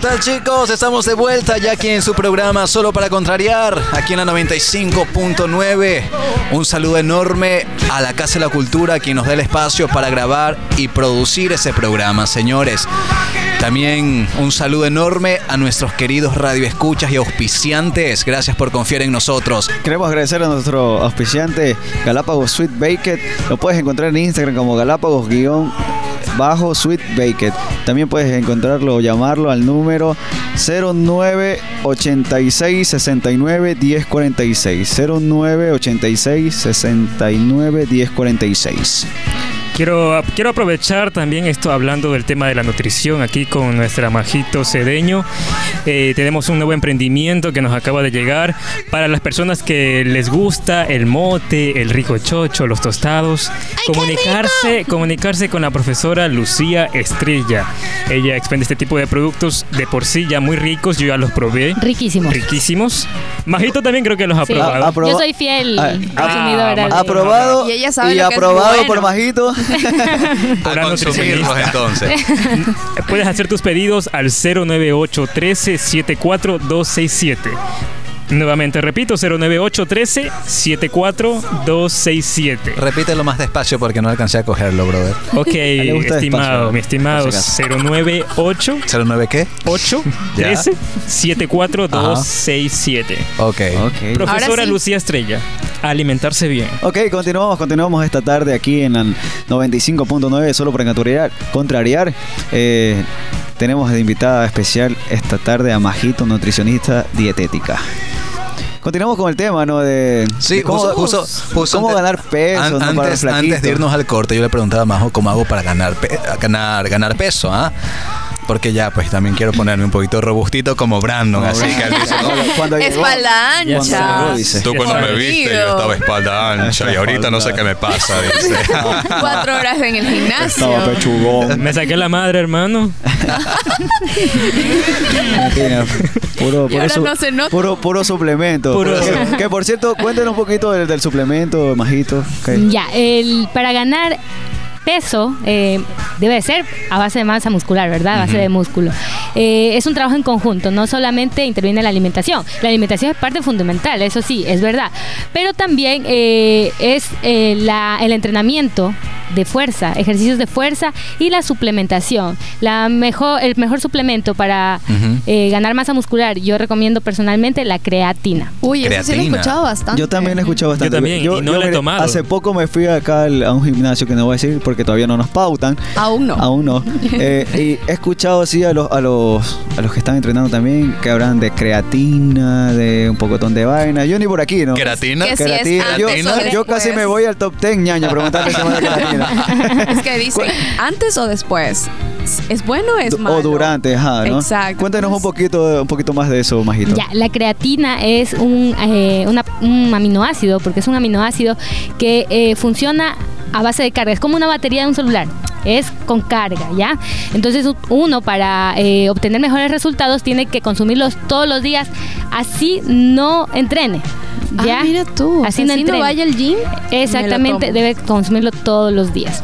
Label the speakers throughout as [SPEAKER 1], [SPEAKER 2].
[SPEAKER 1] tal chicos? Estamos de vuelta ya aquí en su programa Solo para Contrariar, aquí en la 95.9. Un saludo enorme a la Casa de la Cultura, quien nos da el espacio para grabar y producir ese programa, señores. También un saludo enorme a nuestros queridos radioescuchas y auspiciantes. Gracias por confiar en nosotros.
[SPEAKER 2] Queremos agradecer a nuestro auspiciante Galápagos Sweet Baked. Lo puedes encontrar en Instagram como Galápagos guión bajo Sweet Baked. También puedes encontrarlo o llamarlo al número 0986 69 1046. 0986 69 1046.
[SPEAKER 3] Quiero, quiero aprovechar también esto hablando del tema de la nutrición aquí con nuestra Majito Cedeño. Eh, tenemos un nuevo emprendimiento que nos acaba de llegar para las personas que les gusta el mote, el rico chocho, los tostados. comunicarse, comunicarse con la profesora Lucía Estrella. Ella expende este tipo de productos de por sí ya muy ricos. Yo ya los probé.
[SPEAKER 4] Riquísimo.
[SPEAKER 3] Riquísimos. Majito también creo que los ha
[SPEAKER 4] Sí.
[SPEAKER 3] probado.
[SPEAKER 2] Ah, Aproba-
[SPEAKER 4] Yo soy fiel
[SPEAKER 2] Ah,
[SPEAKER 4] consumidora. de-
[SPEAKER 2] Aprobado
[SPEAKER 5] Y ella sabe lo que es
[SPEAKER 2] aprobado
[SPEAKER 5] bueno.
[SPEAKER 2] por Majito.
[SPEAKER 3] Una
[SPEAKER 1] A consumirlos
[SPEAKER 3] nutricionista.
[SPEAKER 1] entonces.
[SPEAKER 3] Puedes hacer tus pedidos al 098 13 74 267. Nuevamente repito, 098 13 74 267.
[SPEAKER 1] Repítelo más despacio porque no alcancé a cogerlo, brother.
[SPEAKER 3] Ok,
[SPEAKER 2] le gusta despacio,
[SPEAKER 3] estimado, mi estimado,
[SPEAKER 2] por si
[SPEAKER 3] 098
[SPEAKER 1] 09 qué?
[SPEAKER 3] 8
[SPEAKER 1] Ya.
[SPEAKER 3] 13 74 267.
[SPEAKER 1] Ok.
[SPEAKER 2] Ok.
[SPEAKER 3] Profesora
[SPEAKER 5] sí.
[SPEAKER 3] Lucía Estrella, alimentarse bien.
[SPEAKER 2] Ok, continuamos, continuamos esta tarde aquí en la 95.9, solo para contrariar. contrariar. Eh, tenemos de invitada especial esta tarde a Majito, nutricionista dietética. Continuamos con el tema, ¿no? De,
[SPEAKER 1] Sí,
[SPEAKER 2] de cómo,
[SPEAKER 1] justo, justo- justo
[SPEAKER 2] cómo
[SPEAKER 1] ante-
[SPEAKER 2] ganar peso,
[SPEAKER 1] an-
[SPEAKER 2] ¿no?
[SPEAKER 1] antes,
[SPEAKER 2] para los
[SPEAKER 1] antes
[SPEAKER 2] flaquitos.
[SPEAKER 1] de irnos al corte, yo le preguntaba a Majo cómo hago para ganar, pe- ganar, ganar peso, ¿ah? Porque ya, pues también quiero ponerme un poquito robustito como Brandon, así que él dice,
[SPEAKER 2] Cuando- cuando llegó-
[SPEAKER 5] Espalda
[SPEAKER 3] Ya
[SPEAKER 5] ancha.
[SPEAKER 2] se lo dice.
[SPEAKER 6] Tú cuando me viste yo estaba espalda ancha y ahorita no sé qué me pasa, dice.
[SPEAKER 1] Ah,
[SPEAKER 5] Cuatro horas en el
[SPEAKER 2] Estaba
[SPEAKER 5] gimnasio.
[SPEAKER 2] pechugón.
[SPEAKER 3] Me saqué la madre, hermano.
[SPEAKER 2] Imagina, Puro,
[SPEAKER 5] Y ahora
[SPEAKER 2] su-
[SPEAKER 5] no se nota.
[SPEAKER 2] puro, puro suplemento.
[SPEAKER 3] Puro-
[SPEAKER 2] que, que, por cierto, cuéntenos un poquito del, del suplemento, Majito. Ok.
[SPEAKER 4] Ya, el, para ganar peso eh, debe de ser a base de masa muscular, ¿verdad? A base de músculo. Eh, es un trabajo en conjunto, no solamente interviene la alimentación. La alimentación es parte fundamental, eso sí, es verdad. Pero también eh, es eh, la- el entrenamiento de fuerza, ejercicios de fuerza y la suplementación. La mejor, el mejor suplemento para
[SPEAKER 1] Ujú.
[SPEAKER 4] eh, ganar masa muscular, yo recomiendo personalmente la creatina.
[SPEAKER 5] Uy, eso sí lo he
[SPEAKER 1] Creatina.
[SPEAKER 5] escuchado bastante.
[SPEAKER 2] Yo también he escuchado bastante.
[SPEAKER 3] Yo también, y no la he
[SPEAKER 2] mire,
[SPEAKER 3] tomado.
[SPEAKER 2] Hace poco me fui acá al- a un gimnasio que no voy a decir porque todavía no nos pautan.
[SPEAKER 5] Aún Ah, no.
[SPEAKER 2] Aún no. Eh, y he escuchado así a los, a los a los que están entrenando también que hablan de creatina, de un pocotón de vaina. Yo ni por aquí, ¿no?
[SPEAKER 6] Queratina.
[SPEAKER 5] Que si es antes
[SPEAKER 2] Yo,
[SPEAKER 5] o después.
[SPEAKER 2] yo casi me voy al top 10, ñaña, preguntando sobre creatina.
[SPEAKER 5] Es que dicen, antes o después. ¿Es bueno o es malo?
[SPEAKER 2] o durante, ajá, ¿no?
[SPEAKER 5] Exacto.
[SPEAKER 2] Cuéntanos un poquito, un poquito más de eso, Majito.
[SPEAKER 4] Ya, la creatina es un, eh, una- un aminoácido, porque es un aminoácido que eh, funciona a base de carga. Es como una batería de un celular. Es con carga, ¿ya? Entonces u- uno para eh, obtener mejores resultados tiene que consumirlos todos los días, así no entrene.
[SPEAKER 5] Ah,
[SPEAKER 4] ¿Ya?
[SPEAKER 5] mira tú.
[SPEAKER 4] Así no entreno.
[SPEAKER 5] vaya al gym. me
[SPEAKER 4] Exactamente,
[SPEAKER 5] lo tomo.
[SPEAKER 4] debe consumirlo todos los días.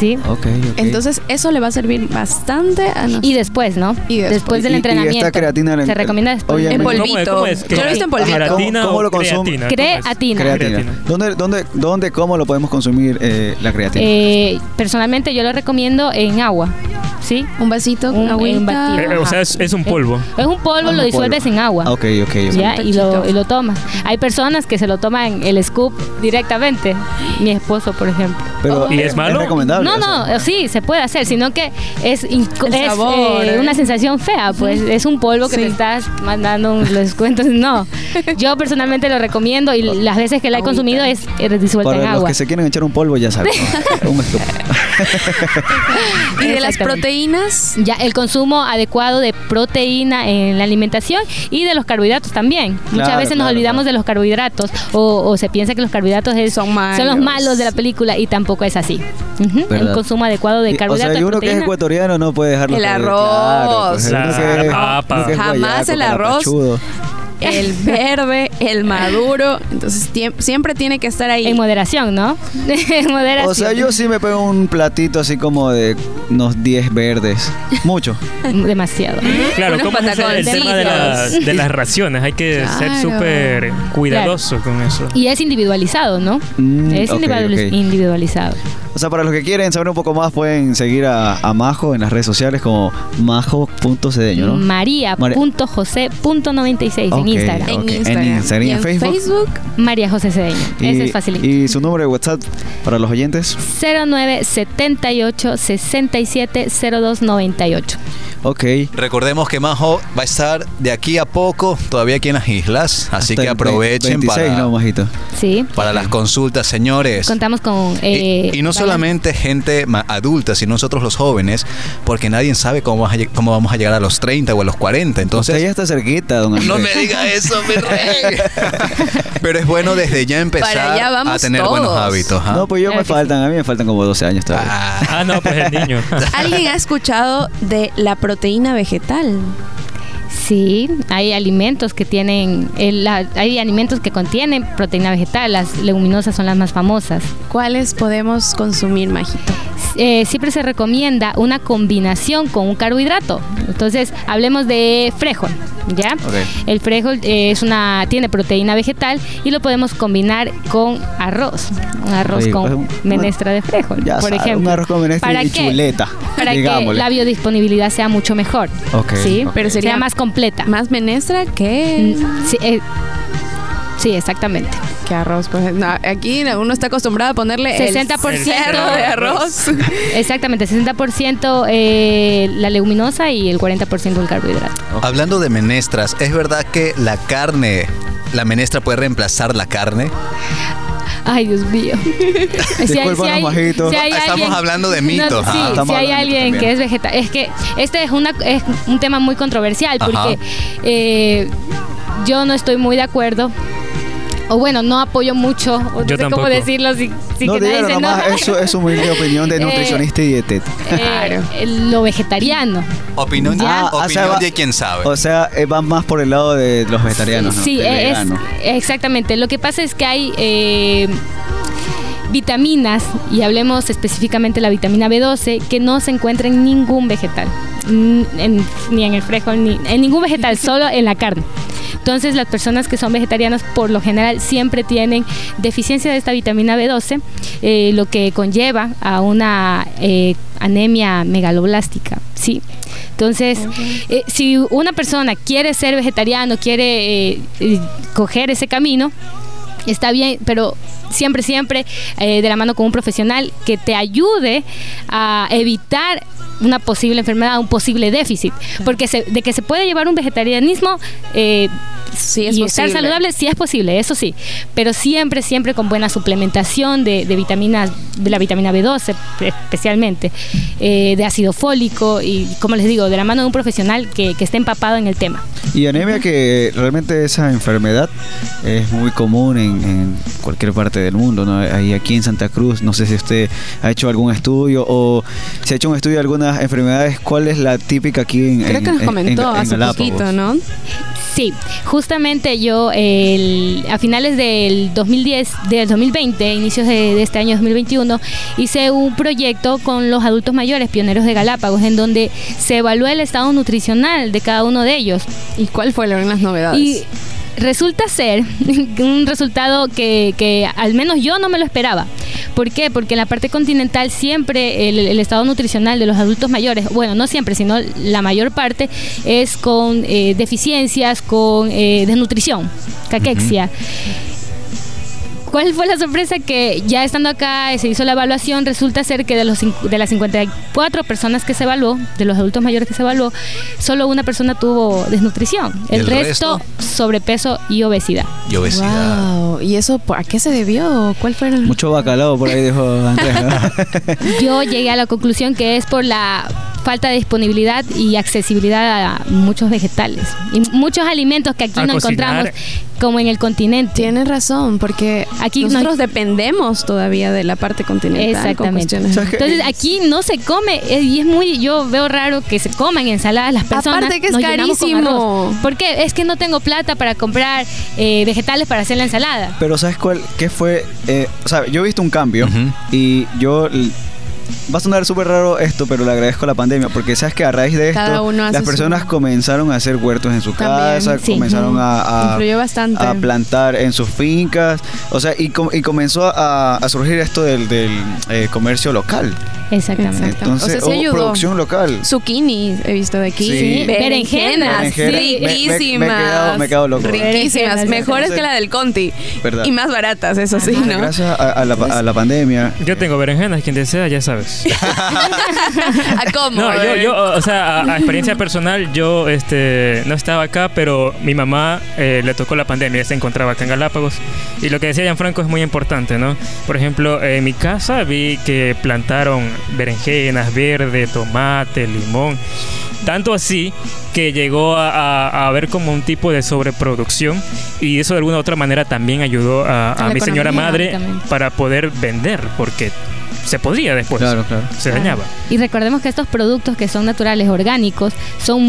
[SPEAKER 4] ¿Sí?
[SPEAKER 2] Ok, ok.
[SPEAKER 5] Entonces, eso le va a servir bastante a nosotros.
[SPEAKER 4] Y después, ¿no?
[SPEAKER 5] Y después.
[SPEAKER 4] del
[SPEAKER 2] Y- y esta
[SPEAKER 4] entrenamiento.
[SPEAKER 2] creatina la-
[SPEAKER 4] se recomienda después. del
[SPEAKER 2] obviamente-
[SPEAKER 5] En
[SPEAKER 4] entrenamiento.
[SPEAKER 3] ¿Cómo es?
[SPEAKER 5] polvito.
[SPEAKER 3] ¿Cómo es?
[SPEAKER 5] Yo lo he visto en polvito.
[SPEAKER 2] Ajá, ¿cómo-
[SPEAKER 3] ¿Gelatina
[SPEAKER 2] cómo
[SPEAKER 3] o
[SPEAKER 2] lo consume?
[SPEAKER 3] creatina?
[SPEAKER 4] Creatina.
[SPEAKER 2] creatina.
[SPEAKER 3] Creatina.
[SPEAKER 2] ¿Dónde, dónde, ¿Dónde, cómo lo podemos consumir eh, la creatina?
[SPEAKER 4] Eh, personalmente yo lo recomiendo en agua, ¿sí?
[SPEAKER 5] Un vasito,
[SPEAKER 4] Un-
[SPEAKER 5] una agüita.
[SPEAKER 4] un batido.
[SPEAKER 3] Eh, o sea, es, es un polvo.
[SPEAKER 4] Es un polvo, lo
[SPEAKER 2] Vamos,
[SPEAKER 4] disuelves
[SPEAKER 2] polvo.
[SPEAKER 4] en agua.
[SPEAKER 2] Ah, ok, ok. ok.
[SPEAKER 4] ¿ya?
[SPEAKER 5] Un
[SPEAKER 4] Y, lo,
[SPEAKER 5] tachito.
[SPEAKER 4] y lo tomas. Hay personas que se lo toman el scoop directamente. Mi esposo, por ejemplo.
[SPEAKER 2] Pero,
[SPEAKER 3] ¿Y es malo?
[SPEAKER 2] recomendable.
[SPEAKER 4] No,
[SPEAKER 2] o sea.
[SPEAKER 4] no, eh, sí, se puede hacer, sino que es, inco-
[SPEAKER 5] El
[SPEAKER 4] es,
[SPEAKER 5] sabor,
[SPEAKER 4] eh,
[SPEAKER 5] ¿eh?
[SPEAKER 4] una sensación fea, pues es un polvo que
[SPEAKER 5] Sí.
[SPEAKER 4] te estás mandando un- los descuentos. No, yo personalmente lo recomiendo y las veces que la he
[SPEAKER 5] Agüita.
[SPEAKER 4] consumido es eh, disuelta
[SPEAKER 2] Para
[SPEAKER 4] en
[SPEAKER 2] los
[SPEAKER 4] agua.
[SPEAKER 2] que se quieren echar un polvo, ya saben. ¿no? Un scoop.
[SPEAKER 5] Y de las
[SPEAKER 4] Exactamente.
[SPEAKER 5] proteínas.
[SPEAKER 4] Ya el consumo adecuado de proteína en la alimentación y de los carbohidratos también. Muchas
[SPEAKER 2] Claro,
[SPEAKER 4] veces nos
[SPEAKER 2] claro,
[SPEAKER 4] olvidamos
[SPEAKER 2] claro.
[SPEAKER 4] de los carbohidratos o, o se piensa que los carbohidratos es-
[SPEAKER 5] Son malos.
[SPEAKER 4] los malos de la película y tampoco es así. Ujú,
[SPEAKER 2] Verdad.
[SPEAKER 4] El consumo adecuado
[SPEAKER 2] Y-
[SPEAKER 4] de
[SPEAKER 2] o sea,
[SPEAKER 4] carbohidratos.
[SPEAKER 2] y uno que es
[SPEAKER 4] proteína.
[SPEAKER 2] ecuatoriano no puede dejarlo.
[SPEAKER 5] El
[SPEAKER 2] perder,
[SPEAKER 5] arroz.
[SPEAKER 2] Claro, pues, uno
[SPEAKER 3] La
[SPEAKER 2] que-
[SPEAKER 3] papa.
[SPEAKER 2] uno que es
[SPEAKER 5] Jamás
[SPEAKER 2] guayaco,
[SPEAKER 5] el arroz.
[SPEAKER 2] carapachudo.
[SPEAKER 5] el verde, el maduro. Entonces tie- siempre tiene que estar ahí.
[SPEAKER 4] En moderación, ¿no? en moderación.
[SPEAKER 2] O sea, yo sí me pego un platito así como de unos 10 verdes. Mucho.
[SPEAKER 4] Demasiado.
[SPEAKER 3] Claro,
[SPEAKER 5] Unos
[SPEAKER 3] ¿cómo es el
[SPEAKER 5] pataconcitos.
[SPEAKER 3] tema de las, de las raciones? Hay que ser
[SPEAKER 5] Claro.
[SPEAKER 3] súper cuidadoso con eso.
[SPEAKER 4] Y es individualizado, ¿no?
[SPEAKER 2] Mm,
[SPEAKER 4] Es
[SPEAKER 2] ok,
[SPEAKER 4] individualiz-
[SPEAKER 2] ok.
[SPEAKER 4] individualizado.
[SPEAKER 2] O sea, para los que quieren saber un poco más, pueden seguir a, a Majo en las redes sociales como majo.cedeño, ¿no? María-
[SPEAKER 4] María.jose.96
[SPEAKER 2] Ok.
[SPEAKER 4] en Instagram.
[SPEAKER 5] en
[SPEAKER 2] ok, en
[SPEAKER 5] Instagram.
[SPEAKER 2] Instagram,
[SPEAKER 5] Y en
[SPEAKER 2] Facebook.
[SPEAKER 5] Facebook.
[SPEAKER 4] María José Cedeño. Ese es facilito.
[SPEAKER 2] Y su número de WhatsApp para los oyentes.
[SPEAKER 4] 0978 67 02 98.
[SPEAKER 2] Ok.
[SPEAKER 1] Recordemos que Majo va a estar de aquí a poco todavía aquí en las islas, así que
[SPEAKER 2] Hasta el
[SPEAKER 1] aprovechen
[SPEAKER 2] 26,
[SPEAKER 1] para,
[SPEAKER 2] no, Majito.
[SPEAKER 4] Sí.
[SPEAKER 1] para las consultas, señores.
[SPEAKER 4] Contamos con. eh,
[SPEAKER 1] y, y no
[SPEAKER 4] varias-
[SPEAKER 1] solamente gente ma- adulta, sino nosotros los jóvenes, porque nadie sabe cómo, vas a lleg- cómo vamos a llegar a los 30 o a los 40.
[SPEAKER 2] Usted ya
[SPEAKER 1] Entonces,
[SPEAKER 2] está cerquita, don Andrés.
[SPEAKER 1] no me diga eso, mi rey. Pero es bueno desde ya
[SPEAKER 5] Para
[SPEAKER 1] empezar
[SPEAKER 5] allá vamos
[SPEAKER 1] a tener buenos
[SPEAKER 5] todos.
[SPEAKER 1] hábitos. ¿ah?
[SPEAKER 2] No, pues yo
[SPEAKER 4] Claro
[SPEAKER 2] me
[SPEAKER 4] que
[SPEAKER 2] faltan, a mí me faltan como 12 años todavía.
[SPEAKER 1] Ah.
[SPEAKER 3] Ah, no, pues el niño.
[SPEAKER 5] ¿Alguien ha escuchado de la proteína vegetal?
[SPEAKER 4] Sí, hay alimentos que tienen. el- la- hay alimentos que contienen proteína vegetal. Las leguminosas son las más famosas.
[SPEAKER 5] ¿Cuáles podemos consumir, Majito?
[SPEAKER 4] Eh, siempre se recomienda una combinación con un carbohidrato. Entonces, hablemos de frejol, ¿ya?
[SPEAKER 2] Ok.
[SPEAKER 4] El frejol eh, es una, tiene proteína vegetal y lo podemos combinar con arroz. Un arroz
[SPEAKER 2] Oye, pues,
[SPEAKER 4] con
[SPEAKER 2] un-
[SPEAKER 4] menestra de frejol,
[SPEAKER 2] ya
[SPEAKER 4] por
[SPEAKER 2] sabe,
[SPEAKER 4] ejemplo.
[SPEAKER 2] un arroz con menestra
[SPEAKER 4] ¿Para
[SPEAKER 2] y
[SPEAKER 4] qué?
[SPEAKER 2] chuleta,
[SPEAKER 4] Para que
[SPEAKER 2] digámosle.
[SPEAKER 4] la biodisponibilidad sea mucho mejor.
[SPEAKER 2] Ok,
[SPEAKER 4] ¿sí?
[SPEAKER 2] ok.
[SPEAKER 5] Pero sería-
[SPEAKER 4] sea más completa.
[SPEAKER 5] ¿Más menestra
[SPEAKER 4] Mm,
[SPEAKER 5] que,
[SPEAKER 4] sí, eh, sí, exactamente.
[SPEAKER 5] que arroz? Pues, no, aquí uno está acostumbrado a ponerle el
[SPEAKER 4] 60%
[SPEAKER 5] cerdo de arroz.
[SPEAKER 4] Exactamente, 60% eh, la leguminosa y el 40% el carbohidrato.
[SPEAKER 1] Hablando de menestras, ¿es verdad que la carne, la menestra puede reemplazar la carne?
[SPEAKER 4] Ay, Dios mío.
[SPEAKER 2] Discúlpanos, Majito.
[SPEAKER 1] Estamos hablando de mitos.
[SPEAKER 4] sí,
[SPEAKER 1] Ah,
[SPEAKER 2] estamos
[SPEAKER 4] si hay
[SPEAKER 2] hablando
[SPEAKER 4] alguien
[SPEAKER 2] también.
[SPEAKER 4] que es vegetal. Es que este es, una, es un tema muy controversial
[SPEAKER 1] Ajá.
[SPEAKER 4] porque eh, yo no estoy muy de acuerdo. O bueno, no apoyo mucho. O no
[SPEAKER 3] Yo
[SPEAKER 4] sé
[SPEAKER 3] tampoco.
[SPEAKER 4] cómo decirlo sin, sin
[SPEAKER 2] no,
[SPEAKER 4] que nadie
[SPEAKER 2] dígalo
[SPEAKER 4] se
[SPEAKER 2] nomás,
[SPEAKER 4] enoje.
[SPEAKER 2] eso es humilde opinión de
[SPEAKER 4] Eh,
[SPEAKER 2] nutricionista y dietética.
[SPEAKER 4] Eh, Lo vegetariano.
[SPEAKER 1] Opinión,
[SPEAKER 4] Ya.
[SPEAKER 2] Ah, o
[SPEAKER 1] opinión
[SPEAKER 2] sea, va-
[SPEAKER 1] de quien sabe.
[SPEAKER 2] O sea, eh, va más por el lado de los vegetarianos. ¿no?
[SPEAKER 4] Sí,
[SPEAKER 2] Del
[SPEAKER 4] es,
[SPEAKER 2] vegano.
[SPEAKER 4] exactamente. Lo que pasa es que hay eh, vitaminas, y hablemos específicamente de la vitamina B12, que no se encuentra en ningún vegetal, Mm, en- ni en el frijol, ni en ningún vegetal, solo en la carne. Entonces las personas que son vegetarianas por lo general siempre tienen deficiencia de esta vitamina B12, eh, lo que conlleva a una eh, anemia megaloblástica, ¿sí? Entonces, eh, si una persona quiere ser vegetariano, quiere eh, eh, coger ese camino, está bien, pero siempre, siempre eh, de la mano con un profesional que te ayude a evitar una posible enfermedad, un posible déficit, porque se- de que se puede llevar un vegetarianismo eh,
[SPEAKER 5] Sí, es
[SPEAKER 4] y
[SPEAKER 5] posible.
[SPEAKER 4] estar saludable, sí es posible, eso sí, pero siempre, siempre con buena suplementación de, de vitaminas, de la vitamina B12 especialmente, eh, de ácido fólico y, como les digo, de la mano de un profesional que, que esté empapado en el tema.
[SPEAKER 2] Y anemia que realmente esa enfermedad es muy común en, en cualquier parte del mundo, ¿no? Ahí aquí en Santa Cruz, no sé si usted ha hecho algún estudio o si ha hecho un estudio de algunas enfermedades, ¿cuál es la típica aquí en
[SPEAKER 5] Creo
[SPEAKER 2] en-
[SPEAKER 5] que nos
[SPEAKER 2] en-
[SPEAKER 5] comentó
[SPEAKER 2] en- en
[SPEAKER 5] hace
[SPEAKER 2] Galápagos?
[SPEAKER 5] poquito, ¿no?
[SPEAKER 4] Sí, justamente yo el- a finales del 2010, del 2020, inicios de, de este año 2021, hice un proyecto con los adultos mayores, pioneros de Galápagos, en donde se evaluó el estado nutricional de cada uno de ellos.
[SPEAKER 5] ¿Y cuál fueron las novedades?
[SPEAKER 4] Y resulta ser un resultado que, que al menos yo no me lo esperaba. ¿Por qué? Porque en la parte continental siempre el, el estado nutricional de los adultos mayores, bueno, no siempre, sino la mayor parte, es con eh, deficiencias, con eh, desnutrición, caquexia. ¿Cuál fue la sorpresa? Que ya estando acá eh, se hizo la evaluación, resulta ser que de, los, cincu- de las 54 personas que se evaluó, de los adultos mayores que se evaluó, solo una persona tuvo desnutrición. El,
[SPEAKER 1] ¿El
[SPEAKER 4] resto, sobrepeso y obesidad.
[SPEAKER 1] y
[SPEAKER 2] Pues,
[SPEAKER 1] obesidad.
[SPEAKER 5] Wow. ¿Y eso por- a qué se debió? ¿Cuál fueron
[SPEAKER 2] Mucho bacalao por ahí dijo Andrés. ¿no?
[SPEAKER 4] Yo llegué a la conclusión que es por la falta de disponibilidad y accesibilidad a muchos vegetales y muchos alimentos que aquí
[SPEAKER 3] A
[SPEAKER 4] no
[SPEAKER 3] cocinar.
[SPEAKER 4] encontramos como en el continente.
[SPEAKER 5] Tienes razón, porque
[SPEAKER 4] Aquí
[SPEAKER 5] aquí
[SPEAKER 4] no-
[SPEAKER 5] nosotros dependemos todavía de la parte continental. con
[SPEAKER 4] Exactamente.
[SPEAKER 5] cuestiones-
[SPEAKER 2] ¿Sabes qué?
[SPEAKER 4] Entonces aquí no se come eh, y es muy yo veo raro que se coman ensaladas las personas.
[SPEAKER 5] Aparte que es
[SPEAKER 4] nos llenamos con
[SPEAKER 5] carísimo.
[SPEAKER 4] arroz. ¿Por qué? Es que no tengo plata para comprar eh, vegetales para hacer la ensalada.
[SPEAKER 2] Pero ¿sabes cuál? ¿Qué fue? Eh, o sea, yo he visto un cambio
[SPEAKER 1] Ujú.
[SPEAKER 2] y yo... l- Va a sonar súper raro esto, pero le agradezco a la pandemia, porque sabes que a raíz de
[SPEAKER 5] Cada
[SPEAKER 2] esto,
[SPEAKER 5] uno hace
[SPEAKER 2] las
[SPEAKER 5] su-
[SPEAKER 2] personas comenzaron a hacer huertos en su
[SPEAKER 5] También,
[SPEAKER 2] casa,
[SPEAKER 4] sí.
[SPEAKER 2] Ah, comenzaron a, a-
[SPEAKER 5] Influyó bastante.
[SPEAKER 2] a plantar en sus fincas, o sea, y, com- y comenzó a, a surgir esto del, del, eh, comercio local.
[SPEAKER 4] Exactamente.
[SPEAKER 5] Exacto.
[SPEAKER 2] Entonces,
[SPEAKER 5] O sea, sí
[SPEAKER 2] hubo
[SPEAKER 5] ayudó.
[SPEAKER 2] producción local.
[SPEAKER 5] Zucchini he visto de aquí.
[SPEAKER 2] Sí. Berenjenas.
[SPEAKER 4] Berenjenas,
[SPEAKER 2] sí. Me- me- me he
[SPEAKER 5] Riquísimas.
[SPEAKER 2] quedado- me he quedado loco.
[SPEAKER 5] Riquísimas.
[SPEAKER 4] Berenjenas,
[SPEAKER 5] Mejores
[SPEAKER 2] sí.
[SPEAKER 5] que la del Conti.
[SPEAKER 2] ¿Verdad?
[SPEAKER 5] Y más baratas, eso sí, ¿no?
[SPEAKER 2] Gracias a, a la, pa- a la pandemia.
[SPEAKER 3] Yo tengo berenjenas, quien desea, ya sabes.
[SPEAKER 5] ¿A Ah, cómo? Eh.
[SPEAKER 3] No,
[SPEAKER 5] A
[SPEAKER 3] yo,
[SPEAKER 5] ver.
[SPEAKER 3] yo, o sea, a, a experiencia personal, yo este, no estaba acá, pero mi mamá eh, le tocó la pandemia, se encontraba acá en Galápagos. Y lo que decía Gianfranco es muy importante, ¿no? Por ejemplo, en mi casa vi que plantaron berenjenas, verde, tomate, limón. Tanto así que llegó a, a- a haber como un tipo de sobreproducción y eso de alguna u otra manera también ayudó a, a
[SPEAKER 5] la
[SPEAKER 3] mi señora
[SPEAKER 5] economía,
[SPEAKER 3] madre
[SPEAKER 4] básicamente.
[SPEAKER 3] para poder vender, porque se podía después,
[SPEAKER 2] claro.
[SPEAKER 3] se dañaba.
[SPEAKER 4] Y recordemos que estos productos que son naturales, orgánicos, son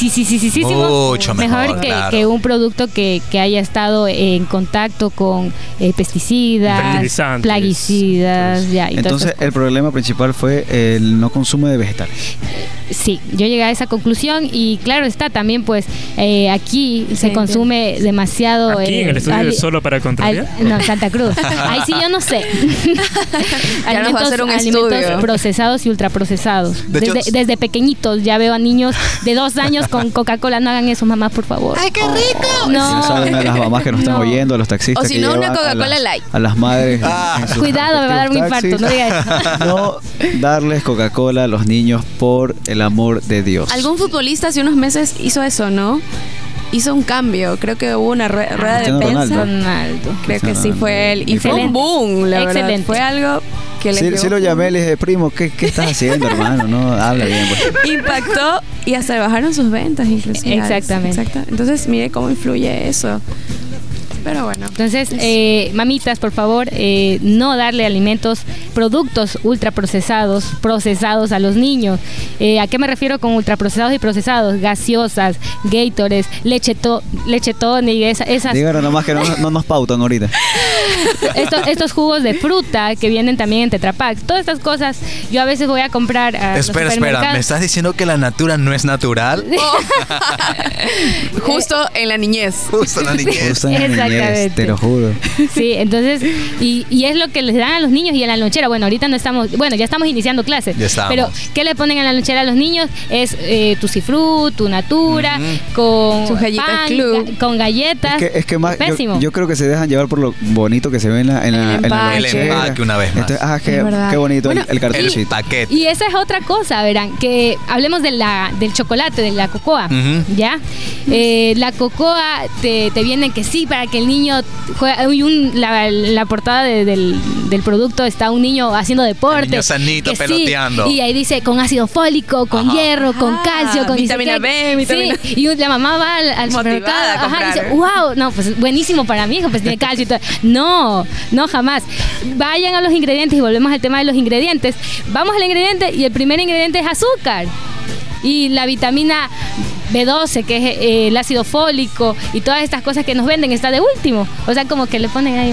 [SPEAKER 4] muchísimos
[SPEAKER 1] Mucho mejor,
[SPEAKER 4] que,
[SPEAKER 1] claro.
[SPEAKER 4] que un producto que, que haya estado en contacto con eh, pesticidas,
[SPEAKER 3] Fertilizantes.
[SPEAKER 4] plaguicidas, ya. y todas
[SPEAKER 2] Entonces,
[SPEAKER 4] esas
[SPEAKER 2] el problema principal fue el no consumo de vegetales.
[SPEAKER 4] Sí, yo llegué a esa conclusión y claro está también pues eh, aquí se
[SPEAKER 5] entiendo.
[SPEAKER 4] consume demasiado...
[SPEAKER 3] Aquí
[SPEAKER 4] eh,
[SPEAKER 3] en el estudio
[SPEAKER 4] ali-
[SPEAKER 3] de Solo para Contrariar.
[SPEAKER 4] al- no, Santa Cruz. Ahí sí yo no sé.
[SPEAKER 5] Ya nos va a hacer un
[SPEAKER 4] alimentos
[SPEAKER 5] estudio.
[SPEAKER 4] procesados y ultraprocesados.
[SPEAKER 1] De hecho,
[SPEAKER 4] desde, desde pequeñitos ya veo a niños de dos años con Coca-Cola. No hagan eso, mamás, por favor.
[SPEAKER 5] ¡Ay, qué rico!
[SPEAKER 4] No.
[SPEAKER 2] Ya saben a las mamás que nos están
[SPEAKER 4] No.
[SPEAKER 2] oyendo, a los taxistas.
[SPEAKER 5] O si
[SPEAKER 2] que
[SPEAKER 5] no, una
[SPEAKER 2] llevan a
[SPEAKER 5] Coca-Cola
[SPEAKER 2] las-
[SPEAKER 5] light.
[SPEAKER 2] A las madres. en-
[SPEAKER 1] Ah.
[SPEAKER 2] en sus
[SPEAKER 4] Cuidado, me va a dar un
[SPEAKER 2] respectivos
[SPEAKER 4] infarto, no diga eso.
[SPEAKER 2] No darles Coca-Cola a los niños por el amor de Dios.
[SPEAKER 5] Algún futbolista hace unos meses hizo eso, ¿no? Hizo un cambio. Creo que hubo una rue- rueda de
[SPEAKER 2] Cristiano
[SPEAKER 5] prensa.
[SPEAKER 2] Ronaldo.
[SPEAKER 4] Ronaldo.
[SPEAKER 5] Creo que sí
[SPEAKER 2] Cristiano
[SPEAKER 5] fue él. Y fue un
[SPEAKER 4] Excelente.
[SPEAKER 5] boom, la verdad.
[SPEAKER 4] Excelente.
[SPEAKER 5] Fue algo que le
[SPEAKER 2] Sí,
[SPEAKER 5] dio-
[SPEAKER 2] sí lo llamé, le dije, primo, ¿qué, qué estás haciendo, hermano? No, habla bien. pues.
[SPEAKER 5] Impactó y hasta bajaron sus ventas, inclusive.
[SPEAKER 4] Exactamente.
[SPEAKER 5] Exacto. Entonces, mire cómo influye eso. Pero bueno.
[SPEAKER 4] Entonces, eh, mamitas, por favor, eh, no darle alimentos, productos ultraprocesados, procesados a los niños. Eh, ¿A qué me refiero con ultraprocesados y procesados? Gaseosas, gators, lecheto, lechetone y esa- esas,
[SPEAKER 2] Díganos nomás que no, no nos pautan ahorita.
[SPEAKER 4] estos, estos jugos de fruta que vienen también en Tetra Pak. Todas estas cosas yo a veces voy a comprar a los
[SPEAKER 1] Espera, espera,
[SPEAKER 4] supermercados.
[SPEAKER 1] ¿me estás diciendo que la natura no es natural?
[SPEAKER 5] Justo en la niñez.
[SPEAKER 1] Justo la niñez.
[SPEAKER 2] Usan niñez,
[SPEAKER 4] Exactamente.
[SPEAKER 2] te lo juro.
[SPEAKER 4] Sí, entonces, y, y es lo que les dan a los niños y en la lonchera. Bueno, ahorita no estamos, bueno, ya estamos iniciando clases.
[SPEAKER 1] Ya estamos.
[SPEAKER 4] Pero, ¿qué le ponen en la lonchera a los niños? Es eh, tu cifru, tu natura, con
[SPEAKER 5] Sus galletas
[SPEAKER 4] pan,
[SPEAKER 5] Club.
[SPEAKER 4] ga- con galletas.
[SPEAKER 2] Es que, es que más, yo,
[SPEAKER 4] Pésimo.
[SPEAKER 2] yo creo que se dejan llevar por lo bonito que se ve en la, en la,
[SPEAKER 5] El
[SPEAKER 2] en la
[SPEAKER 5] empaque.
[SPEAKER 1] El
[SPEAKER 2] lonchera.
[SPEAKER 1] empaque una vez más.
[SPEAKER 2] Entonces, ah, qué,
[SPEAKER 5] Es verdad.
[SPEAKER 2] qué bonito el-
[SPEAKER 5] Bueno,
[SPEAKER 2] el,
[SPEAKER 1] El
[SPEAKER 2] cartoncito.
[SPEAKER 1] paquete.
[SPEAKER 4] Y esa es otra cosa, verán, que hablemos de la, del chocolate, de la cocoa,
[SPEAKER 1] Ujú.
[SPEAKER 4] ¿ya? Eh, la cocoa te, te viene que sí, para que el niño juegue, hay un- la, la portada de- del, del producto está un niño haciendo deporte.
[SPEAKER 1] El niño sanito,
[SPEAKER 4] que sí,
[SPEAKER 1] peloteando.
[SPEAKER 4] y ahí dice con ácido fólico, con
[SPEAKER 1] Ajá.
[SPEAKER 4] hierro, con
[SPEAKER 5] Ah,
[SPEAKER 4] calcio, con...
[SPEAKER 5] vitamina
[SPEAKER 4] dice que-
[SPEAKER 5] B, vitamina-
[SPEAKER 4] Sí, y un- la mamá va al, al
[SPEAKER 5] Motivada
[SPEAKER 4] supermercado,
[SPEAKER 5] a
[SPEAKER 4] ajá, y dice,
[SPEAKER 5] comprar.
[SPEAKER 4] wow, no, pues buenísimo para mi hijo, pues tiene calcio y todo. No, no jamás. Vayan a los ingredientes y volvemos al tema de los ingredientes. Vamos al ingrediente y el primer ingrediente es azúcar. Y la vitamina B12, que es eh, el ácido fólico y todas estas cosas que nos venden, está de último. O sea, como que le ponen ahí.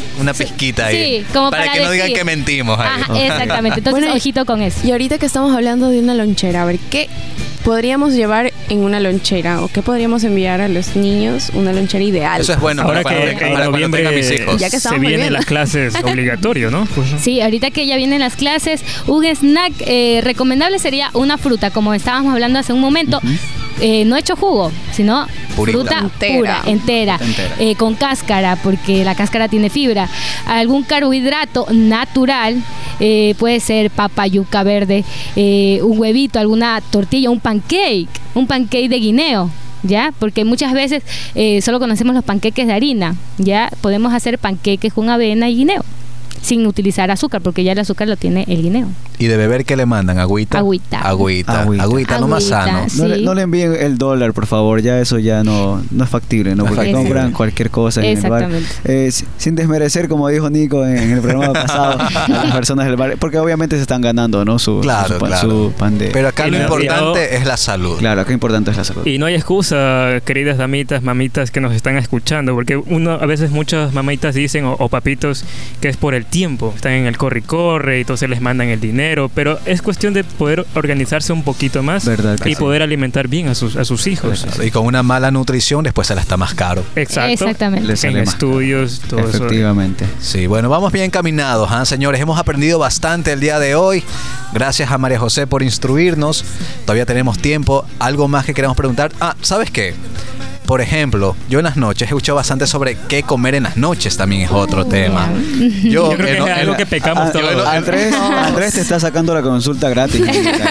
[SPEAKER 1] Una pizquita ahí.
[SPEAKER 4] Sí, como
[SPEAKER 1] para,
[SPEAKER 4] para
[SPEAKER 1] que no digan
[SPEAKER 4] decir.
[SPEAKER 1] que mentimos. ahí.
[SPEAKER 4] Ajá, exactamente. Entonces,
[SPEAKER 5] Bueno, y-
[SPEAKER 4] ojito con eso.
[SPEAKER 5] Y ahorita que estamos hablando de una lonchera, a ver, ¿qué podríamos llevar en una lonchera? ¿O qué podríamos enviar a los niños? Una lonchera ideal.
[SPEAKER 1] Eso es bueno
[SPEAKER 3] Ahora
[SPEAKER 1] para,
[SPEAKER 3] que
[SPEAKER 1] para- para
[SPEAKER 3] en
[SPEAKER 1] cuando
[SPEAKER 3] noviembre
[SPEAKER 1] tenga mis hijos.
[SPEAKER 5] Ya que
[SPEAKER 3] se
[SPEAKER 5] estamos
[SPEAKER 3] vienen
[SPEAKER 5] volviendo.
[SPEAKER 3] las clases obligatorio, ¿no?
[SPEAKER 4] Sí, ahorita que ya vienen las clases, un snack eh, recomendable sería una fruta, como estábamos hablando hace un momento. Eh, no hecho jugo, sino
[SPEAKER 1] Purita.
[SPEAKER 4] fruta
[SPEAKER 5] Entera.
[SPEAKER 4] pura, entera,
[SPEAKER 2] Entera.
[SPEAKER 4] eh, con cáscara, porque la cáscara tiene fibra. Algún carbohidrato natural, eh, puede ser papa, yuca verde, eh, un huevito, alguna tortilla, un pancake, un pancake de guineo. ¿Ya? Porque muchas veces eh, solo conocemos los panqueques de harina. ¿Ya? Podemos hacer panqueques con avena y guineo. sin utilizar azúcar, porque ya el azúcar lo tiene el guineo.
[SPEAKER 1] ¿Y de beber qué le mandan? ¿Agüita?
[SPEAKER 4] Agüita.
[SPEAKER 1] Agüita. Agüita,
[SPEAKER 2] Agüita.
[SPEAKER 1] no más sano.
[SPEAKER 4] Agüita.
[SPEAKER 2] No, le,
[SPEAKER 4] Sí.
[SPEAKER 2] no le envíen el dólar, por favor, ya eso ya no, no es factible, ¿no?
[SPEAKER 1] No es
[SPEAKER 2] Porque
[SPEAKER 1] factible.
[SPEAKER 2] compran cualquier cosa en el bar.
[SPEAKER 4] Exactamente.
[SPEAKER 2] Eh, si- sin desmerecer, como dijo Nico en, en el programa pasado, a las personas del bar, porque obviamente se están ganando, ¿no? Su,
[SPEAKER 1] Claro,
[SPEAKER 2] su, pan-
[SPEAKER 1] claro.
[SPEAKER 2] su pan de...
[SPEAKER 1] Pero acá
[SPEAKER 3] Y
[SPEAKER 1] lo
[SPEAKER 3] no-
[SPEAKER 1] importante es la salud.
[SPEAKER 2] claro, qué importante es la salud.
[SPEAKER 3] Y no hay excusa, queridas damitas, mamitas que nos están escuchando, porque uno, a veces muchas mamitas dicen, o, o papitos, que es por el tiempo, están en el corre y corre, y entonces les mandan el dinero, pero es cuestión de poder organizarse un poquito más
[SPEAKER 2] Verdad que
[SPEAKER 3] y
[SPEAKER 2] sí.
[SPEAKER 3] poder alimentar bien a sus, a sus hijos.
[SPEAKER 1] Y con una mala nutrición después se la está más caro.
[SPEAKER 3] Exacto.
[SPEAKER 4] Exactamente.
[SPEAKER 2] Les-
[SPEAKER 3] En
[SPEAKER 2] Sale más
[SPEAKER 3] estudios, todo eso.
[SPEAKER 2] Efectivamente.
[SPEAKER 1] Sí, bueno, vamos bien caminados, ¿ah, señores. Hemos aprendido bastante el día de hoy. Gracias a María José por instruirnos. Todavía tenemos tiempo. Algo más que queremos preguntar. Ah, ¿sabes qué? Por ejemplo, yo en las noches he escuchado bastante sobre qué comer en las noches, también es otro tema.
[SPEAKER 3] Yo creo que
[SPEAKER 1] en-
[SPEAKER 3] es algo
[SPEAKER 1] en-
[SPEAKER 3] que pecamos
[SPEAKER 2] Ah,
[SPEAKER 3] todos.
[SPEAKER 2] Andrés, Andrés te está sacando la consulta gratis.